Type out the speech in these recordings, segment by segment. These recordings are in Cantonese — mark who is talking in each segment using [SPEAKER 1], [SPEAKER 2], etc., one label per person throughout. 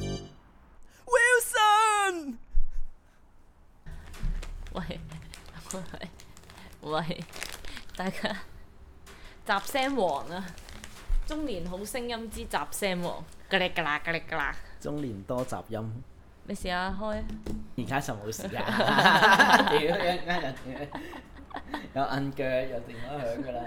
[SPEAKER 1] 喂，大家雜聲王啊！中年好聲音之雜聲王，嘎哩嘎啦嘎哩嘎啦，
[SPEAKER 2] 中年多雜音，
[SPEAKER 1] 咩事啊？開啊
[SPEAKER 2] 而家就冇事 啊！屌，一陣間啊有有摁腳，啊有電話響噶啦。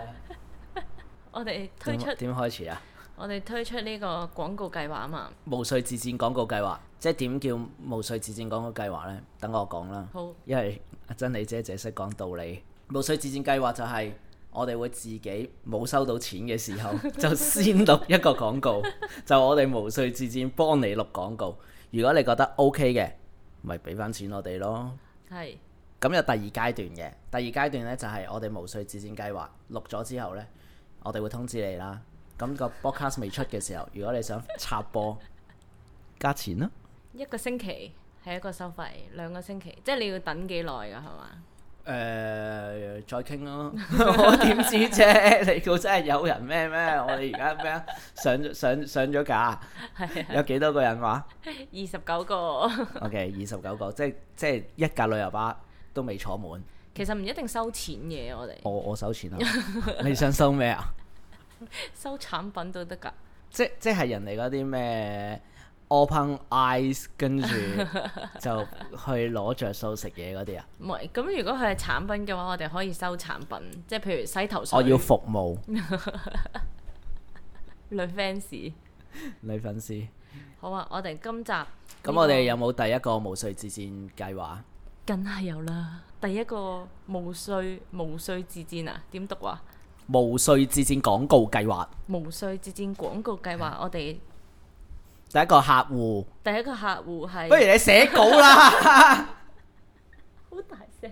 [SPEAKER 1] 我哋推出
[SPEAKER 2] 點點開始啊？
[SPEAKER 1] 我哋推出呢個廣告計劃啊嘛，
[SPEAKER 2] 無税自薦廣告計劃，即係點叫無税自薦廣告計劃呢？等我講啦。
[SPEAKER 1] 好
[SPEAKER 2] 因為阿珍妮姐姐識講道理。無税自薦計劃就係我哋會自己冇收到錢嘅時候， 就先錄一個廣告，就我哋無税自薦幫你錄廣告。如果你覺得 OK 嘅，咪俾翻錢我哋咯。
[SPEAKER 1] 係
[SPEAKER 2] 咁有第二階段嘅，第二階段呢，就係、我哋無税自薦計劃錄咗之後呢，我哋會通知你啦。咁、個 broadcast 未出嘅時候，如果你想插播，加錢啦。
[SPEAKER 1] 一個星期係一個收費，兩個星期即係你要等幾耐㗎係嘛？
[SPEAKER 2] 誒、再傾咯， 我點知啫？ 你估真係有人咩咩？我哋而家咩啊？上咗上上咗架，有幾多個人話
[SPEAKER 1] 二十九個，
[SPEAKER 2] ？OK，二十九個，即係即係一架旅遊巴都未坐滿。
[SPEAKER 1] 其實唔一定收錢嘅，我哋
[SPEAKER 2] 我我收錢啦， 你想收咩啊？
[SPEAKER 1] 收產品都得㗎。
[SPEAKER 2] 即即係人哋嗰啲咩 open eyes，跟住就去攞着數食嘢嗰啲啊！
[SPEAKER 1] 唔係，咁如果佢係產品嘅話，我哋可以收產品，即係譬如洗頭水。
[SPEAKER 2] 我哦要服務
[SPEAKER 1] 女 fans。
[SPEAKER 2] 女粉絲。
[SPEAKER 1] 好啊，我哋今集
[SPEAKER 2] 咁我哋有冇第一個無税自薦計劃？
[SPEAKER 1] 梗係有啦。第一個無税無税自薦啊，點讀啊？
[SPEAKER 2] 無税自薦廣告計劃。
[SPEAKER 1] 無税自薦廣告計劃，我哋
[SPEAKER 2] 第一個客戶，
[SPEAKER 1] 第一個客戶係
[SPEAKER 2] 不如你寫稿啦，
[SPEAKER 1] 好大聲。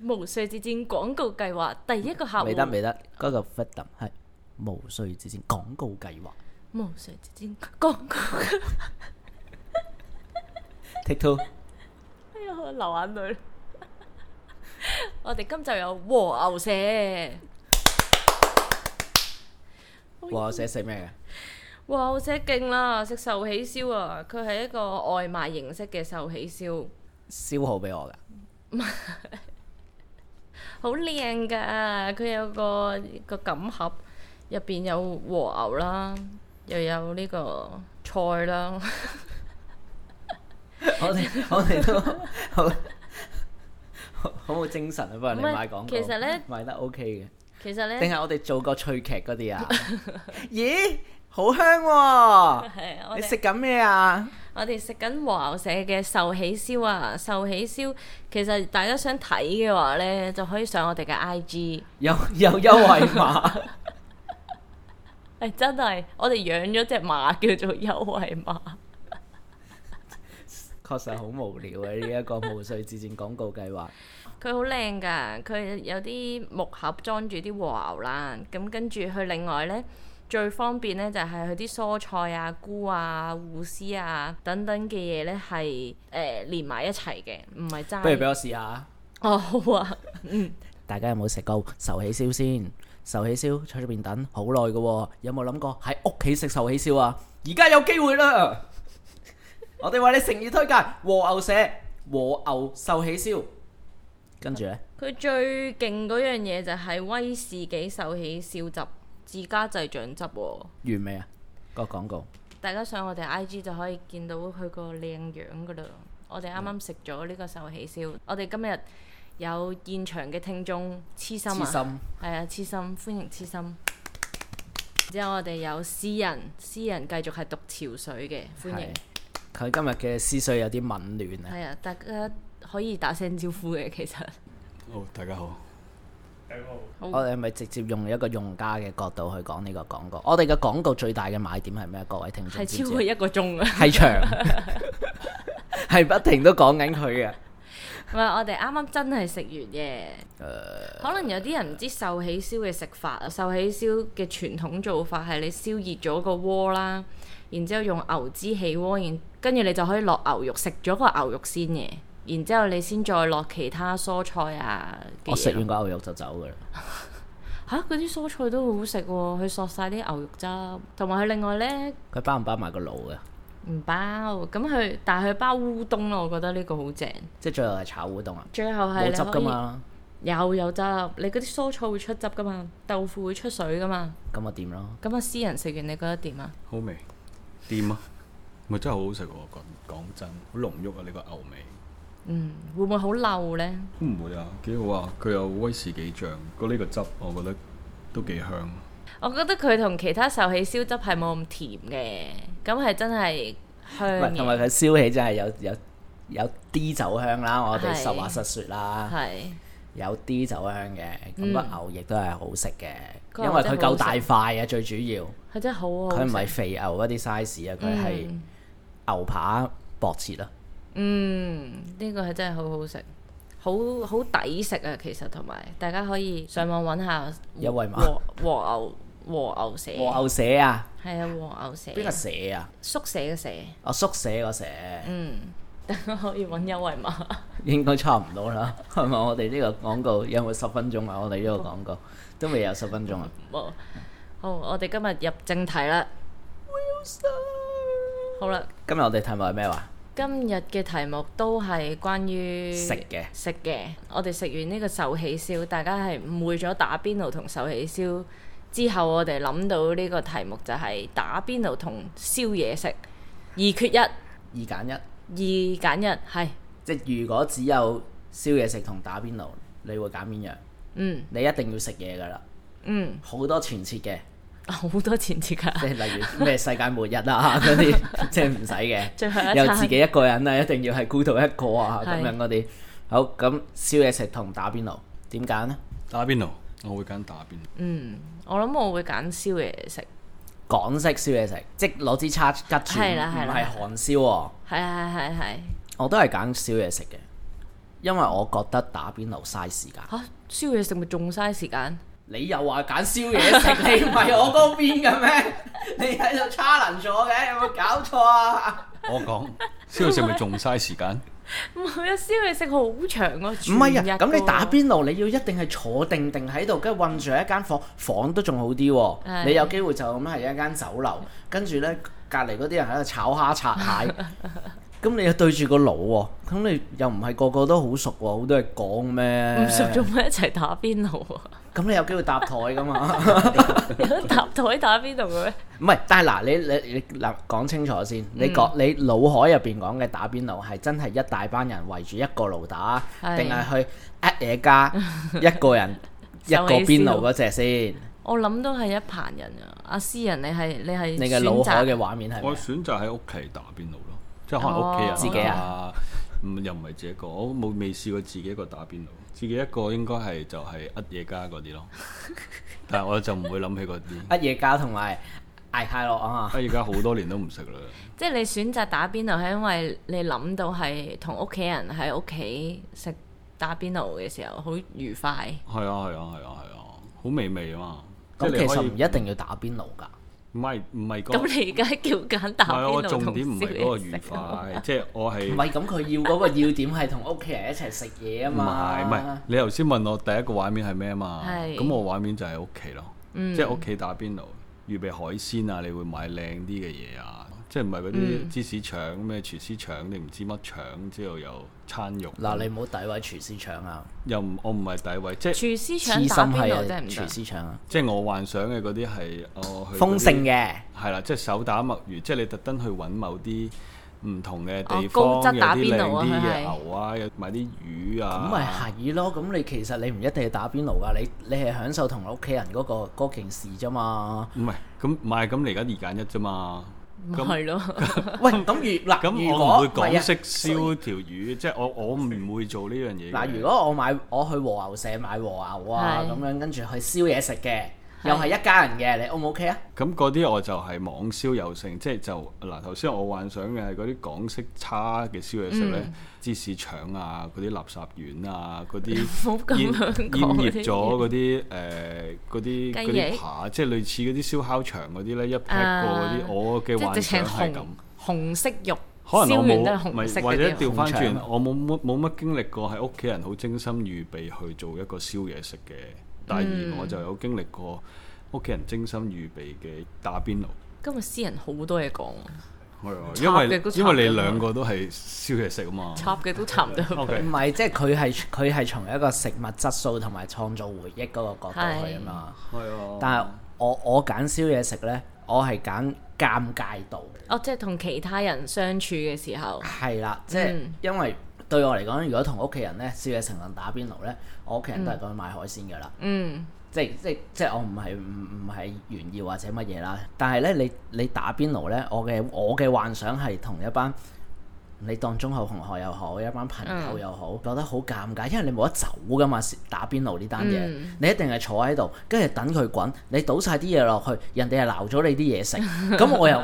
[SPEAKER 1] 無税自薦廣告計劃第一個客戶
[SPEAKER 2] 未得未得，嗰、個 fit 係無税自薦廣告計劃
[SPEAKER 1] 無税自薦廣告，
[SPEAKER 2] ，take two，
[SPEAKER 1] 哎呀流眼淚。 我哋今集有和牛社，
[SPEAKER 2] 哇！我寫寫咩
[SPEAKER 1] 哇！好寫勁啦，食壽喜燒啊！佢係一個外賣形式嘅壽喜燒，
[SPEAKER 2] 嘅？燒好俾我㗎，
[SPEAKER 1] 好靚噶。佢有個個錦盒，入邊有和牛啦，又有呢個菜啦。
[SPEAKER 2] 我哋我哋都好好好冇精神啊，幫人
[SPEAKER 1] 唔係
[SPEAKER 2] 哋買廣告，
[SPEAKER 1] 其實呢
[SPEAKER 2] 賣得 OK
[SPEAKER 1] 其實
[SPEAKER 2] 嘅，定
[SPEAKER 1] 呢，
[SPEAKER 2] 係我哋做過趣劇嗰啲啊？咦，好香 喎、
[SPEAKER 1] 係我
[SPEAKER 2] 你
[SPEAKER 1] 哋
[SPEAKER 2] 食緊咩啊？
[SPEAKER 1] 我哋食緊和牛社嘅壽喜燒啊！壽喜燒其實大家想睇嘅話呢，就可以上我哋嘅 I G。
[SPEAKER 2] 有有優惠 碼，
[SPEAKER 1] 係真係，我哋養咗只馬叫做優惠馬。
[SPEAKER 2] 確實好無聊嘅呢一個無税自薦廣告計劃。
[SPEAKER 1] 佢好靚㗎，佢有啲木盒裝住啲和牛啦，咁跟住佢另外呢，最方便呢就係佢啲蔬菜啊、菇啊、芋絲啊等等嘅嘢呢係誒連埋一齊嘅，唔係
[SPEAKER 2] 不如俾
[SPEAKER 1] 齋。
[SPEAKER 2] 我試下。
[SPEAKER 1] 哦，好啊，
[SPEAKER 2] 大家有冇食過壽喜燒先？壽喜燒出咗邊等好耐嘅喎，有冇諗過喺屋企食壽喜燒啊？而家有機會啦！ 我哋為你誠意推介和牛社和牛壽喜燒，跟住呢，
[SPEAKER 1] 佢最勁嗰樣嘢就係威士忌壽喜燒汁，自家製醬汁喎、
[SPEAKER 2] 完未啊？個廣告
[SPEAKER 1] 大家上我哋 I G 就可以見到佢個靚樣噶啦。我
[SPEAKER 2] 嗯
[SPEAKER 1] 哋啱啱食咗呢個壽喜燒，我哋今日有現場嘅聽眾痴心
[SPEAKER 2] 痴
[SPEAKER 1] 啊，
[SPEAKER 2] 心
[SPEAKER 1] 係啊，痴心歡迎痴心。之後我哋有詩人，詩人繼續係讀潮水嘅，歡迎
[SPEAKER 2] 係佢今日嘅思緒有啲紊亂啊！
[SPEAKER 1] 係啊，大家可以打聲招呼嘅其實。
[SPEAKER 3] 好，大家好。
[SPEAKER 1] 好
[SPEAKER 2] 我哋係咪直接用一個用家嘅角度去講呢個廣告？我哋嘅廣告最大嘅賣點係咩？各位聽眾
[SPEAKER 1] 係
[SPEAKER 2] 知唔
[SPEAKER 1] 超
[SPEAKER 2] 知
[SPEAKER 1] 過
[SPEAKER 2] 啊？
[SPEAKER 1] 一個鐘啊！
[SPEAKER 2] 係長，係不停都講緊佢嘅。
[SPEAKER 1] 唔係，我哋啱啱真係食完嘅。可能有啲人唔知壽喜燒嘅食法啊，壽喜燒嘅傳統做法係你燒熱咗個鍋啦，然之後用牛脂起鍋，然跟住你就可以落牛肉，食咗個牛肉先嘅，然之後你先再落其他蔬菜啊嘅
[SPEAKER 2] 我食
[SPEAKER 1] 嘢
[SPEAKER 2] 完個牛肉就走㗎啦。
[SPEAKER 1] 嚇，嗰啲蔬菜都好好食喎，佢索晒啲牛肉汁，同埋佢另外呢，
[SPEAKER 2] 佢包唔包埋個腦嘅？
[SPEAKER 1] 唔包，咁佢但係佢包烏冬咯，我覺得呢個好正。
[SPEAKER 2] 即係最後係炒烏冬啊，
[SPEAKER 1] 最後係
[SPEAKER 2] 冇
[SPEAKER 1] 你
[SPEAKER 2] 汁
[SPEAKER 1] 可
[SPEAKER 2] 㗎
[SPEAKER 1] 以
[SPEAKER 2] 嘛，
[SPEAKER 1] 有有汁，你嗰啲蔬菜會出汁噶嘛，豆腐會出水噶嘛。
[SPEAKER 2] 咁啊點咯？
[SPEAKER 1] 咁啊，私人食完你覺得點啊？
[SPEAKER 3] 好味，掂啊！咪真係好好食喎，講講真，好濃郁啊！你個牛味
[SPEAKER 1] 嗯，會唔會好漏呢？
[SPEAKER 3] 都唔會啊，幾好啊！佢有威士忌醬，個呢個汁我覺得都幾香。
[SPEAKER 1] 我覺得佢同其他壽喜燒汁係冇咁甜嘅，咁係真係香
[SPEAKER 2] 唔係同埋
[SPEAKER 1] 嘅，
[SPEAKER 2] 佢燒起真係有有有啲酒香啦，我哋
[SPEAKER 1] 係
[SPEAKER 2] 實話實説啦。
[SPEAKER 1] 係
[SPEAKER 2] 有啲酒香嘅，咁個牛亦都係好食嘅，
[SPEAKER 1] 個
[SPEAKER 2] 因
[SPEAKER 1] 牛
[SPEAKER 2] 為
[SPEAKER 1] 真
[SPEAKER 2] 佢
[SPEAKER 1] 係好
[SPEAKER 2] 夠
[SPEAKER 1] 食
[SPEAKER 2] 大塊啊，最主要
[SPEAKER 1] 佢真係好好
[SPEAKER 2] 佢唔
[SPEAKER 1] 食
[SPEAKER 2] 係肥牛嗰啲 size 啊，佢係
[SPEAKER 1] 嗯
[SPEAKER 2] 牛扒薄切啊，
[SPEAKER 1] 嗯，呢個係真係好好食，好好抵食啊！其實同埋大家可以上網揾下
[SPEAKER 2] 有位嘛
[SPEAKER 1] 和和牛和牛蛇，
[SPEAKER 2] 和牛蛇啊，
[SPEAKER 1] 係啊和牛蛇，
[SPEAKER 2] 邊個蛇啊？
[SPEAKER 1] 宿舍嘅蛇，
[SPEAKER 2] 我宿舍個蛇
[SPEAKER 1] 嗯，大家可以揾優惠碼。
[SPEAKER 2] 應該差唔多啦， 係咪？我哋呢個廣告有冇十分鐘啊？我哋呢個廣告都未有十分鐘啊。
[SPEAKER 1] 冇哦好，我哋今日入正題啦。好啦，
[SPEAKER 2] 今日我哋題目係咩話？
[SPEAKER 1] 今日嘅題目都係關於
[SPEAKER 2] 食嘅
[SPEAKER 1] 食嘅。我哋食完呢個壽喜燒，大家係誤會咗打邊爐同壽喜燒之後，我哋諗到呢個題目就係打邊爐同燒嘢食，二缺一，二
[SPEAKER 2] 二揀 一，
[SPEAKER 1] 揀一，係
[SPEAKER 2] 即係如果只有燒嘢食同打邊爐，你會揀邊樣？
[SPEAKER 1] 嗯
[SPEAKER 2] 你一定要食嘢㗎啦，
[SPEAKER 1] 嗯，
[SPEAKER 2] 好多前設嘅。
[SPEAKER 1] 好多前設
[SPEAKER 2] 即
[SPEAKER 1] 㗎，
[SPEAKER 2] 係例如咩世界末日 啊嗰啲，即係唔使嘅。
[SPEAKER 1] 最後一餐
[SPEAKER 2] 又自己一個人啊，一定要係孤獨一個啊
[SPEAKER 1] 係
[SPEAKER 2] 咁樣嗰啲。好咁燒嘢食同打邊爐點揀呢？
[SPEAKER 3] 打邊爐，我會揀打邊爐。
[SPEAKER 1] 嗯，我諗我會揀燒嘢食，
[SPEAKER 2] 港式燒嘢食，即係攞支叉吉住，唔
[SPEAKER 1] 係啦係啦
[SPEAKER 2] 係韓燒喎。
[SPEAKER 1] 係係係係
[SPEAKER 2] 我都係揀燒嘢食嘅，因為我覺得打邊爐嘥時間。
[SPEAKER 1] 嚇，燒嘢食咪仲嘥時間。
[SPEAKER 2] 你又話揀燒 嘢食，你唔係我嗰邊嘅咩？你喺度 challenge 我嘅，有冇搞錯啊？
[SPEAKER 3] 我講燒肉食咪仲燒時間？
[SPEAKER 1] 唔係啊，燒嘢食好長個，
[SPEAKER 2] 唔
[SPEAKER 1] 唔
[SPEAKER 2] 係啊，咁你打邊爐你要一定係坐定定喺度，跟住困住喺一間房，房都仲好啲喎、
[SPEAKER 1] 係
[SPEAKER 2] 你有機會就咁係一間酒樓，跟住呢，隔離嗰啲人喺度炒蝦拆蟹， 咁你又對住個爐喎、咁你又唔係個個都好熟喎、好多嘢講咩？
[SPEAKER 1] 唔熟做咩一齊打邊爐啊？
[SPEAKER 2] 咁你有機會搭台噶嘛？
[SPEAKER 1] 有得搭台打邊爐嘅咩？
[SPEAKER 2] 唔係，但係嗱，你你你嗱講清楚
[SPEAKER 1] 嗯
[SPEAKER 2] 先，你講、你腦海入邊講嘅打邊爐係真係一大班人圍住一個爐打，
[SPEAKER 1] 係
[SPEAKER 2] 定係去呃嘢 家一個人一個邊爐嗰只先？
[SPEAKER 1] 我諗都係一棚人啊！阿詩人，你係你係
[SPEAKER 2] 你嘅腦海嘅畫面係
[SPEAKER 3] 我
[SPEAKER 2] 咩？
[SPEAKER 3] 選擇喺屋企打邊爐咯，即係可能屋企人
[SPEAKER 1] 哦
[SPEAKER 2] 自己
[SPEAKER 3] 啊，唔又唔係自己一個，我冇未試過自己一個打邊爐，自己一個應該係就係呃嘢家嗰啲咯，但係我就唔會諗起嗰啲，
[SPEAKER 2] 呃嘢家同埋嗌嗨落啊嘛！
[SPEAKER 3] 呃嘢家好多年都唔食啦，
[SPEAKER 1] 即係你選擇打邊爐係因為你諗到係同屋企人喺屋企食打邊爐嘅時候好愉快。
[SPEAKER 3] 係啊係啊係啊係啊，好美味啊嘛，即係
[SPEAKER 2] 咁
[SPEAKER 3] 你
[SPEAKER 2] 其
[SPEAKER 3] 可
[SPEAKER 2] 實
[SPEAKER 3] 以
[SPEAKER 2] 唔一定要打邊爐㗎，
[SPEAKER 3] 唔係唔係嗰
[SPEAKER 1] 咁你而家叫揀打
[SPEAKER 3] 唔係
[SPEAKER 1] 邊
[SPEAKER 3] 我
[SPEAKER 1] 爐
[SPEAKER 3] 重
[SPEAKER 1] 同
[SPEAKER 3] 點唔
[SPEAKER 1] 燒
[SPEAKER 3] 係嗰個
[SPEAKER 1] 嘢
[SPEAKER 3] 愉
[SPEAKER 1] 食啊？
[SPEAKER 3] 快，即係我係
[SPEAKER 2] 唔係咁佢要嗰個要點係同屋企人一齊食嘢啊
[SPEAKER 3] 唔係唔係
[SPEAKER 2] 嘛？，
[SPEAKER 3] 你頭先問我第一個畫面係咩嘛？
[SPEAKER 1] 係
[SPEAKER 3] 咁我畫面就係屋企咯，
[SPEAKER 2] 嗯
[SPEAKER 3] 即係屋企打邊爐，預備海鮮啊，你會買靚啲嘅嘢啊，即係唔係嗰
[SPEAKER 2] 嗯
[SPEAKER 3] 啲芝士腸咩廚師腸定唔知乜腸之後有餐肉。
[SPEAKER 2] 嗱，你唔好詆毀廚師腸啊！
[SPEAKER 3] 又唔我唔係詆毀，即係
[SPEAKER 1] 廚師
[SPEAKER 2] 痴
[SPEAKER 1] 腸
[SPEAKER 2] 心
[SPEAKER 1] 打邊爐
[SPEAKER 2] 係
[SPEAKER 1] 真係唔
[SPEAKER 2] 廚
[SPEAKER 1] 得。
[SPEAKER 2] 師腸啊，
[SPEAKER 3] 即係我幻想嘅嗰啲係我去嗰啲
[SPEAKER 2] 豐盛嘅。
[SPEAKER 3] 係啦，即係手打墨魚，即係你特登去揾某啲唔同嘅地
[SPEAKER 1] 哦高
[SPEAKER 3] 方，
[SPEAKER 1] 質
[SPEAKER 3] 有
[SPEAKER 1] 打
[SPEAKER 3] 啲
[SPEAKER 1] 邊
[SPEAKER 3] 靚
[SPEAKER 1] 爐啊
[SPEAKER 3] 啲
[SPEAKER 1] 佢
[SPEAKER 3] 嘅
[SPEAKER 1] 係
[SPEAKER 3] 牛啊，有買啲魚啊，
[SPEAKER 2] 咁咪係咯，咁你其實你唔一定要打邊爐㗎，你你係享受同屋企人嗰、個嗰件事 啫嘛。
[SPEAKER 3] 唔係咁唔係咁，你而家二揀一啫嘛。
[SPEAKER 1] 唔係咯，
[SPEAKER 2] 喂，咁如嗱，
[SPEAKER 3] 咁
[SPEAKER 2] 如
[SPEAKER 3] 我唔
[SPEAKER 2] 果
[SPEAKER 3] 會
[SPEAKER 2] 係
[SPEAKER 3] 港
[SPEAKER 2] 啊
[SPEAKER 3] 式燒條魚，即係我我唔會做呢樣嘢嘅。
[SPEAKER 2] 嗱，如果我買我去和牛社買和牛啊
[SPEAKER 1] 係
[SPEAKER 2] 咁樣，跟住去燒嘢食嘅，
[SPEAKER 1] 係
[SPEAKER 2] 又係一家人嘅，你 O 唔 OK 啊？
[SPEAKER 3] 咁嗰啲我就係網燒有性，即係就嗱頭先我幻想嘅係嗰啲港式叉嘅燒嘢食
[SPEAKER 1] 嗯
[SPEAKER 3] 咧，芝士腸啊，嗰啲垃圾丸啊，嗰啲
[SPEAKER 1] 好咁
[SPEAKER 3] 醃
[SPEAKER 1] 樣
[SPEAKER 3] 醃
[SPEAKER 1] 講
[SPEAKER 3] 醃咗嗰啲誒嗰啲嗰
[SPEAKER 1] 雞翼
[SPEAKER 3] 啲扒，即係類似嗰啲燒烤腸嗰啲咧，一劈過嗰
[SPEAKER 1] 啊
[SPEAKER 3] 啲，我
[SPEAKER 1] 即
[SPEAKER 3] 嘅
[SPEAKER 1] 係直
[SPEAKER 3] 幻
[SPEAKER 1] 情
[SPEAKER 3] 想係咁
[SPEAKER 1] 紅。紅色肉，
[SPEAKER 3] 可能
[SPEAKER 1] 燒
[SPEAKER 3] 我
[SPEAKER 1] 完都係
[SPEAKER 3] 冇，唔
[SPEAKER 1] 紅色
[SPEAKER 3] 係
[SPEAKER 1] 嗰
[SPEAKER 3] 或者
[SPEAKER 1] 啲啊。
[SPEAKER 3] 調翻
[SPEAKER 2] 紅
[SPEAKER 3] 轉，我冇乜冇乜經歷過喺屋企人好精心預備去做一個宵夜食嘅。第二，
[SPEAKER 1] 嗯
[SPEAKER 3] 我就有經歷過屋企人精心預備嘅打邊爐，
[SPEAKER 1] 今日私人好多嘢講喎，
[SPEAKER 3] 係啊，
[SPEAKER 1] 插
[SPEAKER 3] 因為
[SPEAKER 1] 嘅都插
[SPEAKER 3] 因為
[SPEAKER 1] 嘅
[SPEAKER 3] 你
[SPEAKER 1] 嘛
[SPEAKER 3] 兩個都係燒嘢食啊嘛。
[SPEAKER 1] 插嘅都插唔到。
[SPEAKER 3] O
[SPEAKER 2] 唔
[SPEAKER 3] K，
[SPEAKER 2] 係，即係佢係佢係從一個食物質素同埋創造回憶嗰個角度去啊嘛。
[SPEAKER 3] 係啊。
[SPEAKER 2] 但係我我揀宵夜食呢，我係揀尷尬度。
[SPEAKER 1] 哦，即係同其他人相處嘅時候，
[SPEAKER 2] 係啦，即係
[SPEAKER 1] 嗯
[SPEAKER 2] 因為對我嚟講，如果同屋企人呢，宵夜成日打邊爐呢，我屋企人都係講買海鮮㗎啦。
[SPEAKER 1] 嗯，
[SPEAKER 2] 即係即係即係我唔係唔唔係炫耀或者乜嘢啦，但係咧你你打邊爐咧，我嘅我嘅幻想係同一班你當中學同學又好，一班朋友又好，覺得好尷尬，因為你冇得走噶嘛，打邊爐呢單嘢，你一定係坐喺度，跟住等佢滾，你倒晒啲嘢落去，人哋係鬧咗你啲嘢食，咁我又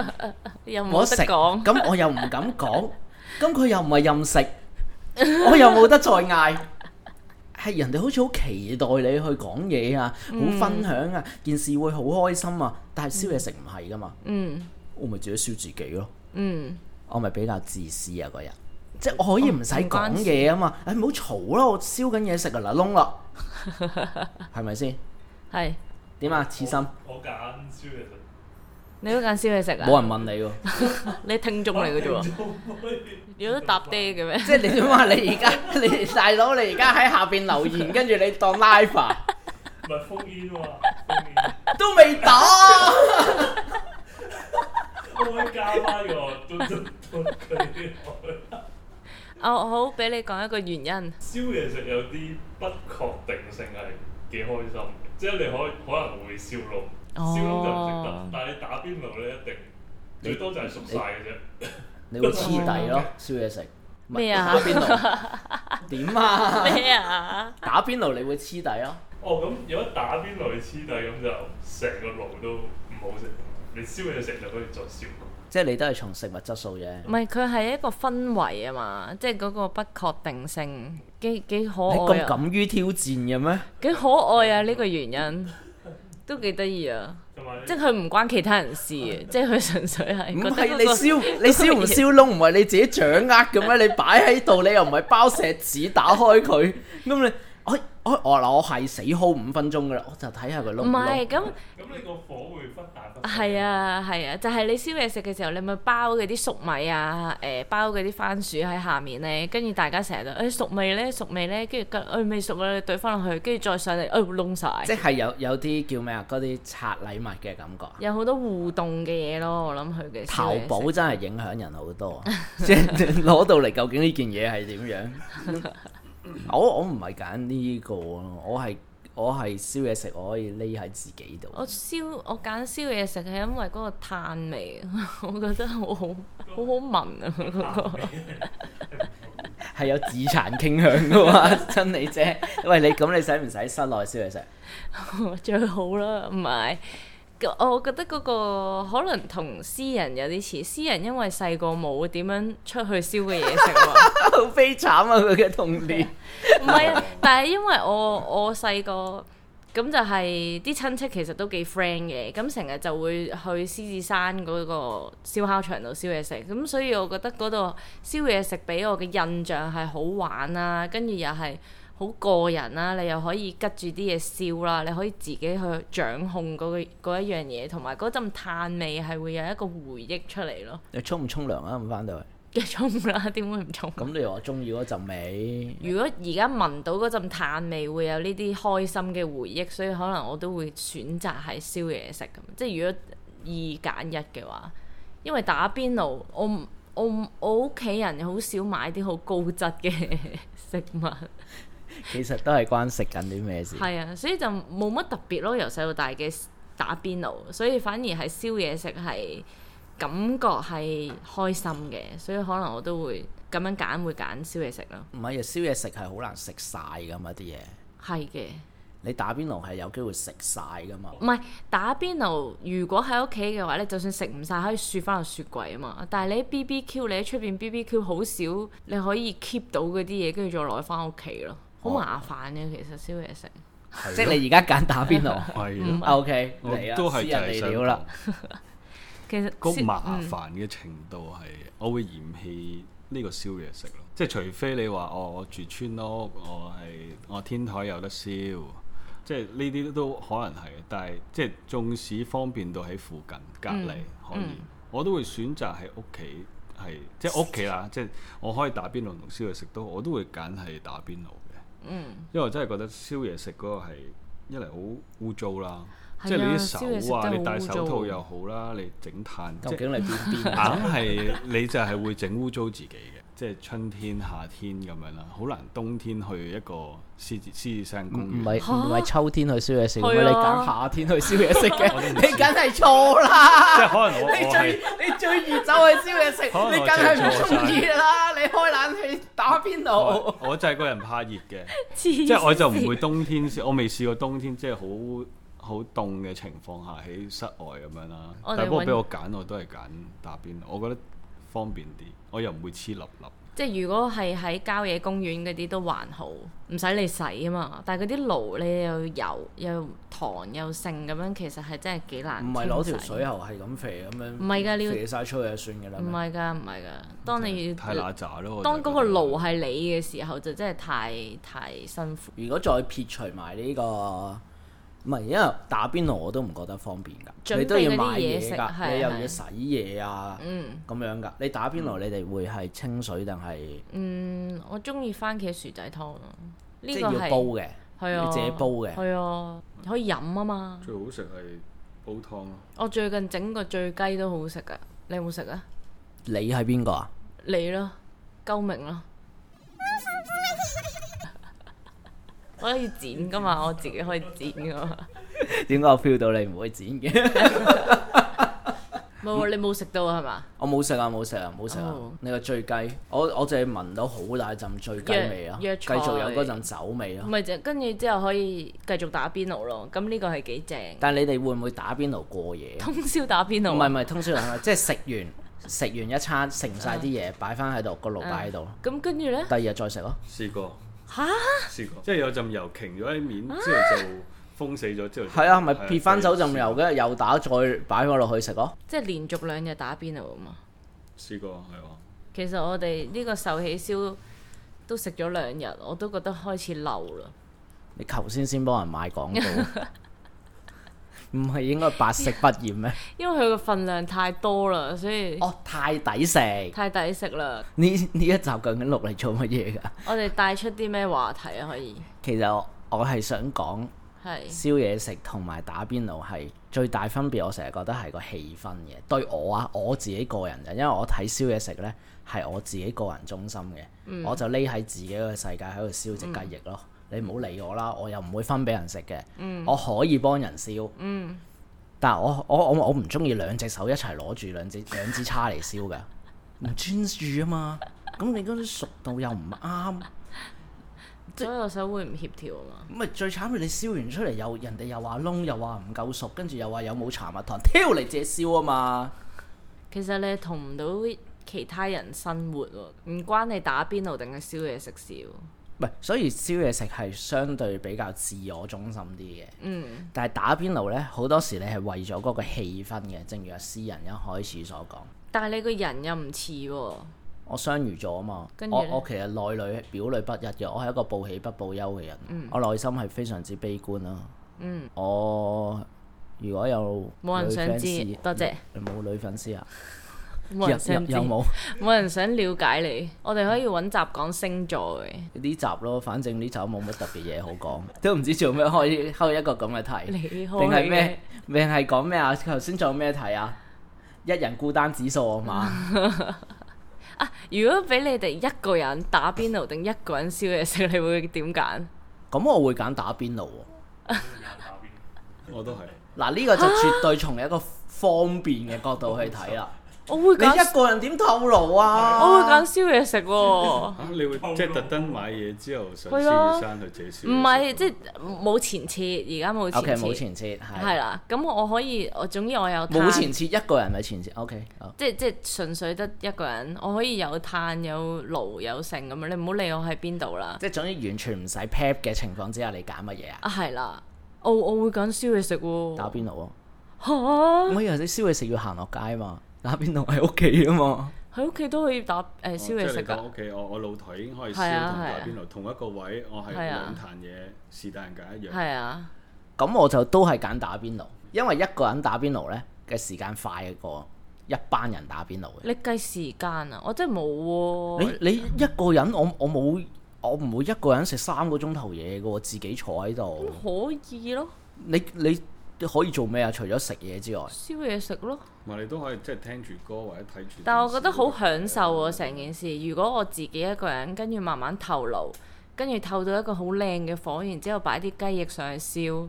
[SPEAKER 1] 又
[SPEAKER 2] 冇
[SPEAKER 1] 冇得
[SPEAKER 2] 得食，
[SPEAKER 1] 講，
[SPEAKER 2] 咁我又唔敢講，咁佢又唔係任食，我又冇得再嗌。係人哋好似好期待你去講嘢啊，
[SPEAKER 1] 嗯
[SPEAKER 2] 好分享啊，件事會好開心啊。但係宵夜食唔係噶嘛，
[SPEAKER 1] 嗯
[SPEAKER 2] 我咪自己燒自己咯。
[SPEAKER 1] 嗯，
[SPEAKER 2] 我咪比較自私啊個人，即係我可以唔使
[SPEAKER 1] 哦唔關
[SPEAKER 2] 講
[SPEAKER 1] 事
[SPEAKER 2] 嘢啊嘛。誒唔好嘈啦，我燒緊嘢食啊嗱 窿啦，係咪先？
[SPEAKER 1] 係，
[SPEAKER 2] 點啊？刺心
[SPEAKER 4] 我揀燒嘢食。
[SPEAKER 1] 你都揀燒嘢食啊？
[SPEAKER 2] 冇人問你喎。
[SPEAKER 1] 你聽眾嚟嘅啫喎，有得搭爹嘅咩？
[SPEAKER 2] 即係你點啊？你而家 你大佬，你而家喺下邊留言，跟住你當 live 啊
[SPEAKER 4] 唔係封煙喎，封煙。
[SPEAKER 2] 都未打，
[SPEAKER 4] 可唔可以加翻個嘟嘟嘟佢落去？
[SPEAKER 1] 哦，好，俾你講一個原因，
[SPEAKER 4] 燒嘢食有啲不確定性係幾開心嘅，即係你可以可能會燒窿，燒窿就唔食得
[SPEAKER 1] 哦，
[SPEAKER 4] 但係你打邊爐咧一定最多就係熟晒嘅啫。
[SPEAKER 2] 你會黐底咯，燒嘢食
[SPEAKER 1] 咩啊
[SPEAKER 2] 打邊 爐點啊？
[SPEAKER 1] 咩啊？
[SPEAKER 2] 打邊爐你會黐底咯，
[SPEAKER 4] 哦，咁如果打邊爐你黐底咁就成個爐都唔好食，你燒嘢食就可以再燒。
[SPEAKER 2] 即係你都係從食物質素啫。
[SPEAKER 1] 唔係佢係一個氛圍啊嘛，即係嗰個不確定性，幾幾可
[SPEAKER 2] 你
[SPEAKER 1] 愛
[SPEAKER 2] 咁
[SPEAKER 1] 啊，
[SPEAKER 2] 敢於挑戰嘅咩？
[SPEAKER 1] 幾可愛啊！呢個原因都幾得意啊！
[SPEAKER 4] 同埋
[SPEAKER 1] 即係佢唔關其他人事嘅，即係佢純粹係
[SPEAKER 2] 唔
[SPEAKER 1] 覺得
[SPEAKER 2] 係
[SPEAKER 1] 嗰
[SPEAKER 2] 你
[SPEAKER 1] 個
[SPEAKER 2] 燒 你燒唔燒窿，唔係你自己掌握嘅咩？你擺喺度，你又唔係包石子打開佢，咁你我我我嗱，我係死耗五分鐘噶啦，我就睇下佢窿
[SPEAKER 1] 唔
[SPEAKER 2] 唔窿
[SPEAKER 1] 係。咁
[SPEAKER 4] 咁你個火會忽大忽小
[SPEAKER 1] 係啊係啊，就係、你燒嘢食嘅時候，你咪包嗰啲粟米啊，誒、包嗰啲番薯喺下面咧，跟住大家成日都誒、哎熟未咧，熟未咧，跟住跟誒未熟啊，你對翻落去，跟住再上嚟，誒、窿晒，
[SPEAKER 2] 即係有有啲叫咩啊？嗰啲拆禮物嘅感覺啊，
[SPEAKER 1] 有好多互動嘅嘢咯，我諗佢嘅
[SPEAKER 2] 淘
[SPEAKER 1] 燒嘢食
[SPEAKER 2] 寶真係影響人好多， 即係攞到嚟究竟呢件嘢係點樣？我我唔係揀呢個咯，我係我係燒嘢食，我可以匿喺自己度。
[SPEAKER 1] 我燒我揀燒嘢食係因為嗰個炭味， 我覺得好好好好聞啊嗰、個。
[SPEAKER 2] 係有自殘傾向噶嘛，真理姐。喂，你咁你使唔使室內燒嘢食？
[SPEAKER 1] 最好啦，唔係。我覺得嗰、個可能同詩人有啲似，詩人因為細個冇點樣出去燒嘅嘢食喎，
[SPEAKER 2] 好悲慘啊！佢嘅童年。
[SPEAKER 1] 唔係啊，但係因為我我細個咁就係啲親戚其實都幾 friend 嘅，咁成日就會去獅子山嗰個燒烤場度燒嘢食，咁所以我覺得嗰度燒嘢食俾我嘅印象係好玩啦、跟住又係。好個人啦，你又可以拮住啲嘢燒啦，你可以自己去掌控嗰個嗰一樣嘢，同埋嗰陣炭味係會有一個回憶出嚟咯。
[SPEAKER 2] 你沖唔沖涼啊？咁翻到去，
[SPEAKER 1] 嘅沖啦，點會唔沖？
[SPEAKER 2] 咁你又話中意嗰陣味，
[SPEAKER 1] 如果而家聞到嗰陣炭味，會有呢啲開心嘅回憶，所以可能我都會選擇係燒嘢食咁。即係如果二揀一嘅話，因為打邊爐，我唔我唔我屋企人好少買啲好高質嘅食物，
[SPEAKER 2] 其實都係關食緊啲咩事。
[SPEAKER 1] 係啊，所以就冇乜特別咯。由細到大嘅打邊爐，所以反而係燒嘢食係感覺係開心嘅，所以可能我都會咁樣揀，會揀燒嘢食咯。
[SPEAKER 2] 唔係啊，燒嘢食係好難食晒噶嘛啲嘢。
[SPEAKER 1] 係嘅。
[SPEAKER 2] 你打邊爐係有機會食晒噶嘛？
[SPEAKER 1] 唔係打邊爐，如果喺屋企嘅話咧，就算食唔晒，可以雪翻落雪櫃啊嘛。但係你喺 BBQ，你喺出邊 BBQ 好少，你可以 keep 到嗰啲嘢，跟住再攞翻屋企咯，好
[SPEAKER 2] 哦
[SPEAKER 1] 麻煩嘅其實燒嘢食。
[SPEAKER 2] 即係你而家揀打邊 爐。
[SPEAKER 3] 係
[SPEAKER 1] 嗯
[SPEAKER 3] 啊，
[SPEAKER 2] O K，
[SPEAKER 3] 我
[SPEAKER 2] 嚟啊，
[SPEAKER 3] 都係
[SPEAKER 2] 私
[SPEAKER 3] 就
[SPEAKER 2] 人
[SPEAKER 3] 係
[SPEAKER 2] 地
[SPEAKER 3] 想
[SPEAKER 2] 料啦
[SPEAKER 3] 講。
[SPEAKER 1] 其實
[SPEAKER 3] 個
[SPEAKER 1] 燒
[SPEAKER 3] 麻
[SPEAKER 1] 嗯
[SPEAKER 3] 煩嘅程度係，我會嫌棄呢個燒嘢食咯。即係除非你話哦，我住村屋，我係我天台有得燒，即係呢
[SPEAKER 1] 嗯
[SPEAKER 3] 啲都可能係。但係即係縱使方便到喺附近隔離可以，我都會選擇喺屋企，係即係屋企啦，即係我可以打邊爐同燒嘢食都好，我都會揀係打邊爐嘅。
[SPEAKER 1] 嗯，
[SPEAKER 3] 因為我真係覺得燒嘢食嗰個係一嚟好污糟啦，
[SPEAKER 1] 係啊
[SPEAKER 3] 即係你
[SPEAKER 1] 燒嘢
[SPEAKER 3] 啲
[SPEAKER 1] 食
[SPEAKER 3] 手啊，
[SPEAKER 1] 真係好
[SPEAKER 3] 你戴手
[SPEAKER 1] 污糟
[SPEAKER 3] 套又好啦，你整炭，即
[SPEAKER 2] 究
[SPEAKER 3] 係
[SPEAKER 2] 竟你邊邊啊？
[SPEAKER 3] 硬係你就係會整污糟自己嘅，即係春天、夏天咁樣啦，好難冬天去一個獅子獅子山
[SPEAKER 2] 唔
[SPEAKER 3] 公
[SPEAKER 2] 唔
[SPEAKER 3] 園。
[SPEAKER 2] 係
[SPEAKER 1] 嚇
[SPEAKER 2] 唔係秋天去燒嘢食，
[SPEAKER 1] 係啊
[SPEAKER 2] 咁你揀夏天去燒嘢食 嘅，你梗係錯啦！
[SPEAKER 3] 即係可 能我
[SPEAKER 2] 你
[SPEAKER 3] 我
[SPEAKER 2] 最
[SPEAKER 3] 係
[SPEAKER 2] 你最易走去燒嘢食，
[SPEAKER 3] 可能我
[SPEAKER 2] 你梗係唔中意啦！你開冷氣打邊爐
[SPEAKER 3] 我，我就係個人怕熱 嘅。
[SPEAKER 1] 即
[SPEAKER 3] 即係我就唔會冬天先，我未試過冬天即係好好凍嘅情況下喺室外咁樣啦。
[SPEAKER 1] 我哋
[SPEAKER 3] 但係不過
[SPEAKER 1] 搵
[SPEAKER 3] 俾我揀，我都係揀打邊爐，我覺得方便啲，我又唔會黐粒粒。
[SPEAKER 1] 即係如果係喺郊野公園嗰啲都還好，唔使你洗啊嘛。但係嗰啲爐你又油又糖又剩咁樣，其實係真係幾難。
[SPEAKER 2] 唔係攞條水，啊喉係咁肥咁樣，
[SPEAKER 1] 唔係㗎你要
[SPEAKER 2] 肥晒出去就算㗎啦。
[SPEAKER 1] 唔係㗎，唔係㗎。當你
[SPEAKER 3] 太乸渣咯。我
[SPEAKER 1] 當嗰個
[SPEAKER 3] 就覺得
[SPEAKER 1] 爐啊係你嘅時候，就真係太太辛苦。
[SPEAKER 2] 如果再撇除埋呢、個，唔係因為打邊爐我都唔覺得方便㗎，
[SPEAKER 1] 準備
[SPEAKER 2] 你都要
[SPEAKER 1] 嗰啲
[SPEAKER 2] 買
[SPEAKER 1] 嘢
[SPEAKER 2] 嘢
[SPEAKER 1] 食
[SPEAKER 2] 㗎，
[SPEAKER 1] 係
[SPEAKER 2] 你又要
[SPEAKER 1] 係
[SPEAKER 2] 洗嘢啊
[SPEAKER 1] 嗯
[SPEAKER 2] 咁樣㗎。你打邊爐你哋會係清水定係
[SPEAKER 1] 嗯，我中意番茄薯仔湯咯，呢
[SPEAKER 2] 即係
[SPEAKER 1] 個
[SPEAKER 2] 要煲
[SPEAKER 1] 係
[SPEAKER 2] 嘅？
[SPEAKER 1] 係啊，
[SPEAKER 2] 你自己煲嘅
[SPEAKER 1] 係啊，可以飲啊嘛。
[SPEAKER 3] 最好食係煲湯咯。
[SPEAKER 1] 我最近整個醉雞都好食㗎，你有冇食啊？
[SPEAKER 2] 你係邊個啊？
[SPEAKER 1] 你咯，鳩明咯， 我可以剪噶嘛，我自己可以剪噶嘛。
[SPEAKER 2] 點解我 feel 到你唔會剪嘅？ 嗯
[SPEAKER 1] 冇，你冇食到係嘛？
[SPEAKER 2] 我冇食啊，冇食啊，冇食啊
[SPEAKER 1] 哦！
[SPEAKER 2] 你個醉雞，我我淨係聞到好大陣醉雞味啊，繼
[SPEAKER 1] 藥藥材嗯
[SPEAKER 2] 續有嗰陣酒味啊
[SPEAKER 1] 唔。係就跟住之後可以繼續打邊爐咯。咁呢個係幾正，
[SPEAKER 2] 但你哋會唔會打邊爐過夜啊？
[SPEAKER 1] 通宵打邊
[SPEAKER 2] 唔係
[SPEAKER 1] 爐
[SPEAKER 2] 唔。係，通宵係咪？即係食完食完一餐，剩晒啲嘢擺翻喺度，個爐擺喺度，
[SPEAKER 1] 咁跟住呢？
[SPEAKER 2] 第二日再食咯。
[SPEAKER 3] 試過
[SPEAKER 1] 吓？
[SPEAKER 3] 試過，即係有陣油瓊咗喺面
[SPEAKER 1] 啊
[SPEAKER 3] 之後就封死咗之後就。
[SPEAKER 2] 係啊，咪
[SPEAKER 3] 係
[SPEAKER 2] 撇翻手浸
[SPEAKER 3] 試
[SPEAKER 2] 油嘅，又打再擺翻落去食咯。
[SPEAKER 1] 即係連續兩日打邊爐啊嘛。
[SPEAKER 3] 試過係啊。
[SPEAKER 1] 其實我哋呢個壽喜燒都食咗兩日，我都覺得開始流啦。
[SPEAKER 2] 你頭先先幫人賣廣 告，唔係應該百食不厭咩？
[SPEAKER 1] 因為佢個份量太多啦，所以
[SPEAKER 2] 哦，太抵食！呢
[SPEAKER 1] 太抵食啦。
[SPEAKER 2] 呢一集究竟錄嚟做乜嘢㗎？
[SPEAKER 1] 我哋帶出啲咩話題啊？可以
[SPEAKER 2] 其實我我係想講
[SPEAKER 1] 係
[SPEAKER 2] 燒嘢食同埋打邊爐係最大分別，我成日覺得係個氣氛嘅。對我啊，我自己個人就因為我睇燒嘢食呢係我自己個人中心嘅，我就匿喺自己個世界喺度燒只雞翼咯。你唔好理我啦，我又唔會分俾人食嘅。我可以幫人燒，但係我我我我唔中意兩隻手一齊攞住兩隻兩支叉嚟燒嘅，唔專注啊嘛。咁你嗰啲熟度又唔啱。
[SPEAKER 1] 左右手會唔協調啊嘛？
[SPEAKER 2] 咁咪最慘係你燒完出嚟又人哋又話燶，又話唔夠熟，跟住又話有冇茶蜜糖，挑嚟借燒啊嘛！
[SPEAKER 1] 其實你同唔到其他人生活喎，唔關你打邊爐定係燒嘢食事喎。
[SPEAKER 2] 唔係，所以燒嘢食係相對比較自我中心啲嘅。
[SPEAKER 1] 嗯，
[SPEAKER 2] 但係打邊爐呢，好多時你係為咗嗰個氣氛嘅，正如阿詩人一開始所講。
[SPEAKER 1] 但係你個人又唔似喎，
[SPEAKER 2] 我雙魚座啊嘛，
[SPEAKER 1] 跟住
[SPEAKER 2] 我
[SPEAKER 1] 呢
[SPEAKER 2] 我其實內裏表裏不一嘅，我係一個報喜不報憂嘅人，我內心係非常之悲觀啦。
[SPEAKER 1] 嗯，
[SPEAKER 2] 我如果有
[SPEAKER 1] 冇人
[SPEAKER 2] 女
[SPEAKER 1] 想
[SPEAKER 2] fans-
[SPEAKER 1] 知，多謝，
[SPEAKER 2] 冇女粉絲啊？
[SPEAKER 1] 冇人想知，
[SPEAKER 2] 有有有冇？
[SPEAKER 1] 冇人想了解你。我哋可以揾集講星座嘅，
[SPEAKER 2] 呢集咯，反正呢集冇乜特別嘢好講， 都唔知做咩開開一個咁嘅題，
[SPEAKER 1] 你
[SPEAKER 2] 定
[SPEAKER 1] 定
[SPEAKER 2] 係咩？？定係講咩啊？頭先仲有咩題啊？一人孤單指數啊 嘛，
[SPEAKER 1] 如果俾你哋一個人打邊爐定一個人燒嘢食，你會點揀？
[SPEAKER 2] 咁我會揀打邊爐喎。
[SPEAKER 3] 啊
[SPEAKER 4] 下邊
[SPEAKER 3] 我都係，
[SPEAKER 2] 嗱，呢個就絕對從一個方便嘅角度去睇 啦。
[SPEAKER 1] 我會
[SPEAKER 2] 你一
[SPEAKER 1] 揀，
[SPEAKER 2] 個人點透露啊？
[SPEAKER 1] 我會揀燒嘢食 喎。
[SPEAKER 3] 啊你會即係特登買嘢之後上
[SPEAKER 1] 係
[SPEAKER 3] 獅
[SPEAKER 1] 啊
[SPEAKER 3] 子山去自己燒嘢食。
[SPEAKER 1] 唔係，即係冇前設，而家冇
[SPEAKER 2] O K，
[SPEAKER 1] 前設。
[SPEAKER 2] 冇前設
[SPEAKER 1] 係
[SPEAKER 2] 係
[SPEAKER 1] 啦，咁我可以，我總之我有
[SPEAKER 2] 冇
[SPEAKER 1] 攤
[SPEAKER 2] 前設，一個人咪前設。O K，好
[SPEAKER 1] 即係即係純粹得一個人，我可以有炭有爐有剩咁樣，你唔好理我喺邊度啦。
[SPEAKER 2] 即係總之完全唔使 pep 嘅情況之下，你揀乜嘢啊？
[SPEAKER 1] 啊係啦，我我會揀燒嘢食喎。
[SPEAKER 2] 打邊爐啊！
[SPEAKER 1] 嚇
[SPEAKER 2] 我以為你燒嘢食要行落街啊嘛，打邊爐喺屋企啊嘛。
[SPEAKER 1] 喺屋企都可以打誒、
[SPEAKER 3] 哦
[SPEAKER 1] 燒嘢食
[SPEAKER 3] 即係你講
[SPEAKER 1] 㗎。
[SPEAKER 3] 屋企，我我露台已經可以燒
[SPEAKER 1] 係啊
[SPEAKER 3] 同
[SPEAKER 1] 係
[SPEAKER 3] 打
[SPEAKER 1] 啊
[SPEAKER 3] 邊爐同一個位，我係
[SPEAKER 1] 係啊
[SPEAKER 3] 兩壇嘢是但揀一樣。
[SPEAKER 1] 係啊，
[SPEAKER 2] 咁我就都係揀打邊爐，因為一個人打邊爐呢嘅時間快過一班人打邊爐嘅。
[SPEAKER 1] 你計時間啊？我真係冇喎。
[SPEAKER 2] 你你一個人，我我冇，我唔會一個人食三個鐘頭嘢嘅喎，自己坐喺度。
[SPEAKER 1] 咁可以咯，
[SPEAKER 2] 你你可以做咩啊？除咗食嘢之外，
[SPEAKER 1] 燒嘢食咯。
[SPEAKER 3] 唔係你都可以即係聽住歌或者睇住。
[SPEAKER 1] 但我覺得好享受喎成件事。如果我自己一個人，跟住慢慢透爐，跟住透到一個好靚嘅火，然之後擺啲雞翼上去燒，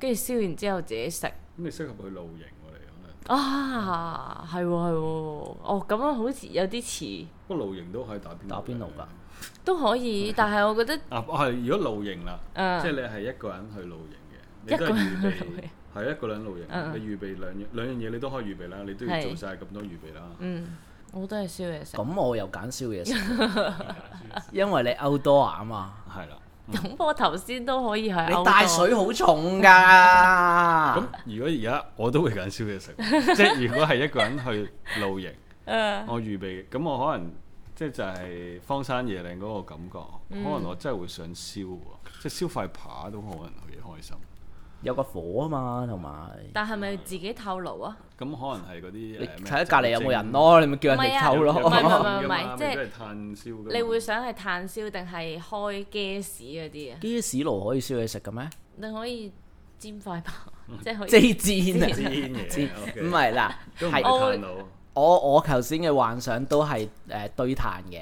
[SPEAKER 1] 跟住燒完之後自己食。
[SPEAKER 3] 咁你適合去露營喎，你可能。
[SPEAKER 1] 啊，係喎係喎，哦咁樣好似有啲似
[SPEAKER 3] 不過露營都可以打邊
[SPEAKER 2] 打邊爐㗎
[SPEAKER 3] 爐㗎。
[SPEAKER 1] 都可以，
[SPEAKER 2] 嗯
[SPEAKER 1] 但係我覺得
[SPEAKER 3] 啊，係如果露營啦，
[SPEAKER 1] 嗯
[SPEAKER 3] 即係你係一個人去露營嘅，
[SPEAKER 1] 一
[SPEAKER 3] 你
[SPEAKER 1] 個
[SPEAKER 3] 都
[SPEAKER 1] 人
[SPEAKER 3] 係
[SPEAKER 1] 去
[SPEAKER 3] 預備
[SPEAKER 1] 露營
[SPEAKER 3] 係一個人露營，
[SPEAKER 1] 嗯
[SPEAKER 3] 你預備兩樣兩樣嘢你都可以預備啦，你都要
[SPEAKER 1] 係
[SPEAKER 3] 做晒咁多預備啦。
[SPEAKER 1] 嗯，我都係燒嘢食。
[SPEAKER 2] 咁啊我又揀燒嘢 食，因為你 outdoor 啊嘛，
[SPEAKER 3] 係啦，
[SPEAKER 1] 咁我頭先都可以係啊
[SPEAKER 2] 你
[SPEAKER 1] 歐
[SPEAKER 2] 帶
[SPEAKER 1] 多
[SPEAKER 2] 水好重㗎。
[SPEAKER 3] 咁如果而家我都會揀燒 嘢食，即係如果係一個人去露營，
[SPEAKER 1] 啊
[SPEAKER 3] 我預備咁我可能即係就係荒山野嶺嗰個感覺，
[SPEAKER 1] 嗯
[SPEAKER 3] 可能我真係會想燒喎，即係燒塊扒都可能幾開心。
[SPEAKER 2] 有個火啊嘛，同埋
[SPEAKER 1] 但係咪自己透爐啊？
[SPEAKER 3] 咁可能係嗰啲
[SPEAKER 2] 你
[SPEAKER 3] 誒
[SPEAKER 2] 睇
[SPEAKER 3] 咩
[SPEAKER 2] 下隔離有冇人
[SPEAKER 3] 酒精
[SPEAKER 2] 咯，你咪叫人
[SPEAKER 1] 唔係
[SPEAKER 2] 哋
[SPEAKER 1] 啊
[SPEAKER 2] 偷
[SPEAKER 1] 有
[SPEAKER 2] 咯。
[SPEAKER 1] 唔係 唔係
[SPEAKER 3] 㗎
[SPEAKER 1] 唔
[SPEAKER 3] 嘛
[SPEAKER 1] 係即係
[SPEAKER 3] 你都係炭燒㗎嘛
[SPEAKER 1] 你會想係炭燒定係開 gas 嗰啲啊？
[SPEAKER 2] 啲屎爐可以燒嘢食嘅咩？
[SPEAKER 1] 你可以煎塊包，
[SPEAKER 2] 嗯
[SPEAKER 1] 即係可以。
[SPEAKER 2] 即係煎啊！
[SPEAKER 3] 煎嘢
[SPEAKER 2] 煎
[SPEAKER 3] OK
[SPEAKER 2] 唔係嗱，
[SPEAKER 3] 都唔
[SPEAKER 2] 係
[SPEAKER 3] 係炭佬。
[SPEAKER 2] 我我頭先嘅幻想都係誒、呃、堆炭嘅，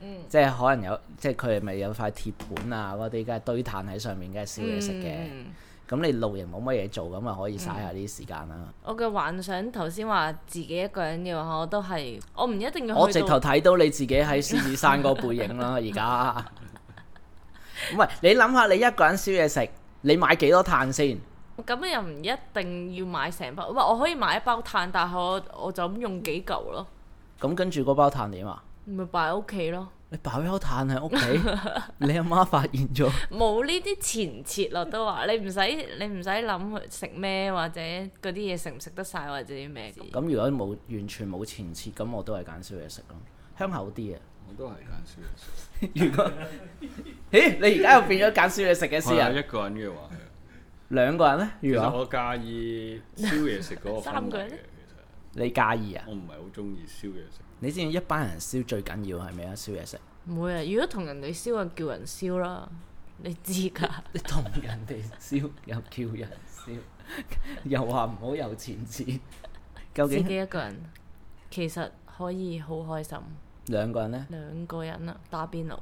[SPEAKER 1] 嗯
[SPEAKER 2] 即係可能有即係佢哋咪有塊鐵盤啊嗰啲，梗係堆炭喺上面，梗係燒嘢食嘅。
[SPEAKER 1] 嗯
[SPEAKER 2] 咁、你露營冇乜嘢做，咁咪可以嘥下啲時間啦。
[SPEAKER 1] 我嘅幻想頭先話自己一個人嘅話，我都係我唔一定要
[SPEAKER 2] 我
[SPEAKER 1] 去
[SPEAKER 2] 直
[SPEAKER 1] 到
[SPEAKER 2] 頭
[SPEAKER 1] 嗯
[SPEAKER 2] 睇到你自己喺獅子山嗰個背影啦，而 家。唔係你諗下，你一個人燒嘢食，你買幾多炭先？
[SPEAKER 1] 咁又唔一定要買成包，唔係我可以買一包炭，但係我我就咁用幾嚿咯，
[SPEAKER 2] 咁跟住嗰包炭點啊？
[SPEAKER 1] 咪擺喺屋企咯。
[SPEAKER 2] 你擺包炭喺屋 企，你阿媽發現咗。
[SPEAKER 1] 冇呢啲前設咯，都話你唔使你唔使諗食咩或者嗰啲嘢食唔食得晒或者啲咩。
[SPEAKER 2] 咁如果冇完全冇前設，咁我都係揀燒嘢食咯，香口啲啊。
[SPEAKER 3] 我都係揀燒嘢食。
[SPEAKER 2] 如果，咦？你而家又變咗揀燒嘢食嘅啊私
[SPEAKER 3] 我有
[SPEAKER 2] 人，
[SPEAKER 3] 一個人嘅話，係啊
[SPEAKER 2] 兩個人咧？
[SPEAKER 3] 其
[SPEAKER 2] 如
[SPEAKER 3] 實
[SPEAKER 2] 果
[SPEAKER 3] 我介意燒嘢食嗰個
[SPEAKER 1] 三
[SPEAKER 3] 氛
[SPEAKER 1] 個
[SPEAKER 3] 圍
[SPEAKER 1] 人
[SPEAKER 3] 嘅，
[SPEAKER 1] 呢
[SPEAKER 3] 其
[SPEAKER 2] 你介意啊
[SPEAKER 3] 實？我唔係好中意燒嘢食。
[SPEAKER 2] 你知唔知一班人燒最緊要係咩啊？燒嘢食，
[SPEAKER 1] 唔會啊！如果同人哋燒啊，叫人燒啦，你知 㗎。
[SPEAKER 2] 你同人哋燒又叫人燒， 又話唔好有前設，究
[SPEAKER 1] 自己
[SPEAKER 2] 竟
[SPEAKER 1] 一個人其實可以好開心，
[SPEAKER 2] 兩個人咧？
[SPEAKER 1] 兩個人啊，打邊爐。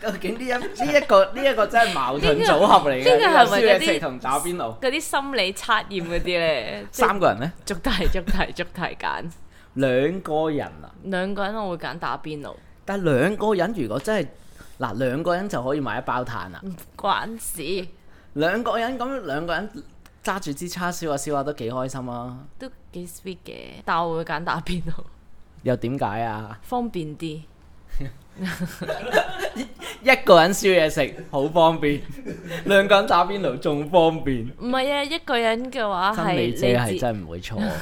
[SPEAKER 2] 究竟呢一呢一個呢一個真係矛盾
[SPEAKER 1] 呢
[SPEAKER 2] 組
[SPEAKER 1] 個
[SPEAKER 2] 合嚟嘅，
[SPEAKER 1] 呢個係咪
[SPEAKER 2] 燒嘢
[SPEAKER 1] 嗰
[SPEAKER 2] 食
[SPEAKER 1] 啲
[SPEAKER 2] 同打邊爐？
[SPEAKER 1] 嗰啲心理測驗嗰啲 咧，即係
[SPEAKER 2] 三個人咧，
[SPEAKER 1] 逐題 逐題逐題揀。
[SPEAKER 2] 兩個人啊！
[SPEAKER 1] 兩個人我會揀打邊爐，
[SPEAKER 2] 但兩個人如果真係嗱兩個人就可以買一包炭啊啦，
[SPEAKER 1] 唔關事，
[SPEAKER 2] 兩個人咁兩個人揸住支叉燒啊燒下都幾開心啊！
[SPEAKER 1] 都幾 sweet 嘅。但我會揀打邊爐，
[SPEAKER 2] 又點解啊？
[SPEAKER 1] 方便啲。
[SPEAKER 2] 一個人燒嘢食好方 便，兩個人打邊爐仲方便。
[SPEAKER 1] 唔係啊，一個人嘅話
[SPEAKER 2] 真
[SPEAKER 1] 啊係
[SPEAKER 2] 理
[SPEAKER 1] 你
[SPEAKER 2] 姐係
[SPEAKER 1] 自
[SPEAKER 2] 真係唔 會錯，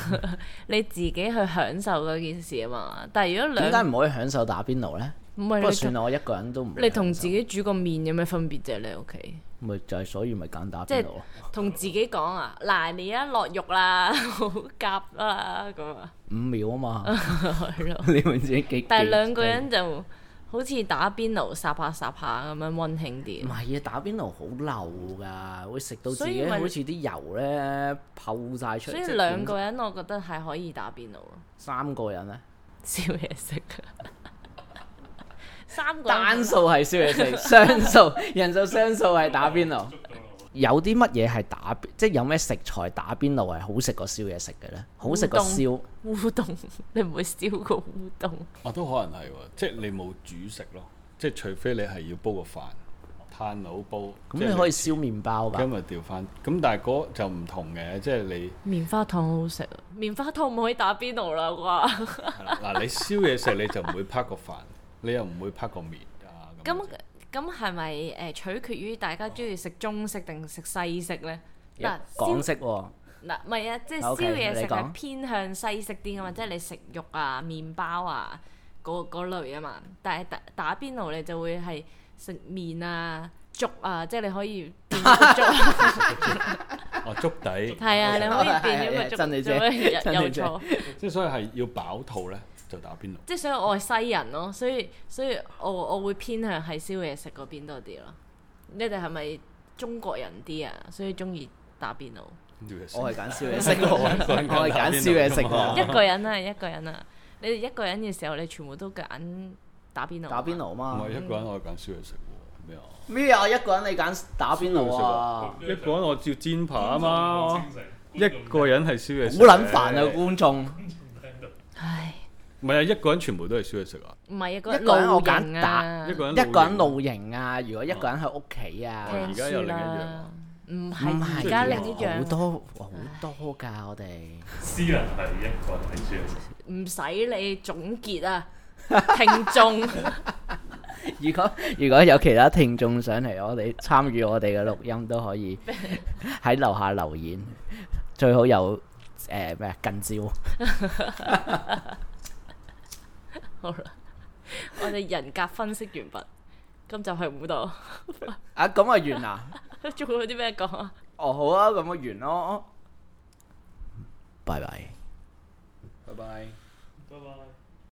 [SPEAKER 1] 你自己去享受嗰件事啊嘛。但係如果
[SPEAKER 2] 點解
[SPEAKER 1] 兩
[SPEAKER 2] 唔可以享受打邊爐呢？
[SPEAKER 1] 唔
[SPEAKER 2] 不
[SPEAKER 1] 係
[SPEAKER 2] 過
[SPEAKER 1] 你
[SPEAKER 2] 算
[SPEAKER 1] 同
[SPEAKER 2] 啦，我一個人都唔會
[SPEAKER 1] 你同
[SPEAKER 2] 享受
[SPEAKER 1] 自己煮個麵有咩分別啫？你屋企。
[SPEAKER 2] 咪就係所以咪揀打
[SPEAKER 1] 即
[SPEAKER 2] 邊
[SPEAKER 1] 係
[SPEAKER 2] 爐咯。
[SPEAKER 1] 同自己講啊，嗱你一落肉啦， 好夾啦咁啊，
[SPEAKER 2] 五秒啊嘛，
[SPEAKER 1] 係咯。
[SPEAKER 2] 你會自己幾？
[SPEAKER 1] 但係
[SPEAKER 2] 幾
[SPEAKER 1] 兩個人就好似打邊爐，霎下霎下咁樣温馨
[SPEAKER 2] 唔
[SPEAKER 1] 啲。
[SPEAKER 2] 係啊，打邊爐好漏㗎，會食到自
[SPEAKER 1] 所以
[SPEAKER 2] 己
[SPEAKER 1] 咪
[SPEAKER 2] 好似啲油咧泡晒出嚟。
[SPEAKER 1] 所以
[SPEAKER 2] 即係
[SPEAKER 1] 兩
[SPEAKER 2] 點
[SPEAKER 1] 個人我覺得係可以打邊爐 咯，
[SPEAKER 2] 三個人咧，
[SPEAKER 1] 燒嘢食。啊三個人
[SPEAKER 2] 單數係燒嘢食，雙數人數雙數係打邊爐。有啲乜嘢係打，即係有咩食材打邊爐係好食過燒嘢食嘅咧？好食過燒，
[SPEAKER 1] 烏冬， 你唔會燒個烏冬。
[SPEAKER 3] 我哦都可能係喎，即係你冇煮食咯，即係除非你係要煲個飯，炭佬煲。
[SPEAKER 2] 咁你可以燒麵包
[SPEAKER 3] 今
[SPEAKER 2] 㗎。
[SPEAKER 3] 日調翻，咁但係嗰就唔同嘅，即係你
[SPEAKER 1] 棉花糖好好食啊！棉花糖唔可以打邊爐啦啩？
[SPEAKER 3] 係啦嗱，你燒嘢食你就唔會拍個飯，你又唔會拍個麵啊 咁
[SPEAKER 1] 咁咁係咪誒取決於大家中意食中式定食西式呢？嗱，燒
[SPEAKER 2] 港式喎，
[SPEAKER 1] 嗱，唔係啊，即係
[SPEAKER 2] OK，
[SPEAKER 1] 燒嘢食
[SPEAKER 2] 你講
[SPEAKER 1] 係偏向西式啲噶嘛，即係你食肉啊、麵包啊嗰嗰類啊嘛。但係打打邊爐你就會係 食面啊、粥啊，即係你可以點粥啊。
[SPEAKER 3] 哦粥底，
[SPEAKER 1] 係啊，你可以變咗個
[SPEAKER 2] 真係啫
[SPEAKER 1] 做咩
[SPEAKER 2] 真係
[SPEAKER 1] 有
[SPEAKER 2] 啫
[SPEAKER 1] 錯。
[SPEAKER 3] 即係所以係要飽肚咧就打邊爐。
[SPEAKER 1] 即係所以我係西人咯，所以所以我我會偏向係燒嘢食嗰邊多啲咯。你哋係咪中國人啲啊？所以中意打邊爐，
[SPEAKER 2] 我係揀燒嘢食喎， 我係揀燒嘢食喎，
[SPEAKER 1] 一個人啊，一個人啊。你哋一個人嘅時候，你全部都揀打邊爐啊。
[SPEAKER 2] 打邊爐
[SPEAKER 3] 唔
[SPEAKER 2] 嘛
[SPEAKER 3] 係。一個人我係揀燒嘢食喎，咩啊？
[SPEAKER 2] 咩啊？一個人你揀打邊爐啊？
[SPEAKER 3] 一個人我照煎扒
[SPEAKER 4] 好
[SPEAKER 3] 啊嘛
[SPEAKER 4] 清，醒
[SPEAKER 3] 一個人係燒嘢
[SPEAKER 2] 好
[SPEAKER 3] 食，
[SPEAKER 2] 撚煩啊！觀眾，
[SPEAKER 1] 唉，
[SPEAKER 3] 唔係啊，一個人全部都係燒嘢食啊，
[SPEAKER 1] 唔係一個
[SPEAKER 2] 一個人
[SPEAKER 1] 露
[SPEAKER 2] 我揀
[SPEAKER 1] 營
[SPEAKER 2] 打
[SPEAKER 1] 啊，
[SPEAKER 3] 一個人
[SPEAKER 2] 嗯一個人露營啊，如果一個人喺屋企啊，
[SPEAKER 3] 哦而家有
[SPEAKER 1] 聽書
[SPEAKER 3] 另一樣
[SPEAKER 1] 啦
[SPEAKER 3] 啊。
[SPEAKER 1] 唔
[SPEAKER 2] 唔係
[SPEAKER 1] 係而家另一
[SPEAKER 2] 好
[SPEAKER 1] 樣，
[SPEAKER 2] 多好多㗎，我哋。
[SPEAKER 4] 私人係一個人睇書嘅時候
[SPEAKER 1] 唔使你總結啊， 聽眾。
[SPEAKER 2] 如果如果有其他聽眾上嚟，我哋參與我哋嘅錄音都可以喺樓下留言，最好有誒咩、近招。
[SPEAKER 1] 好啦，我哋人格分析完畢，今集去唔到，
[SPEAKER 2] 啊，咁啊完 啦！
[SPEAKER 1] 仲有啲咩講啊？
[SPEAKER 2] 哦好啊，咁啊完咯，拜拜。
[SPEAKER 3] 拜拜。
[SPEAKER 4] 拜拜。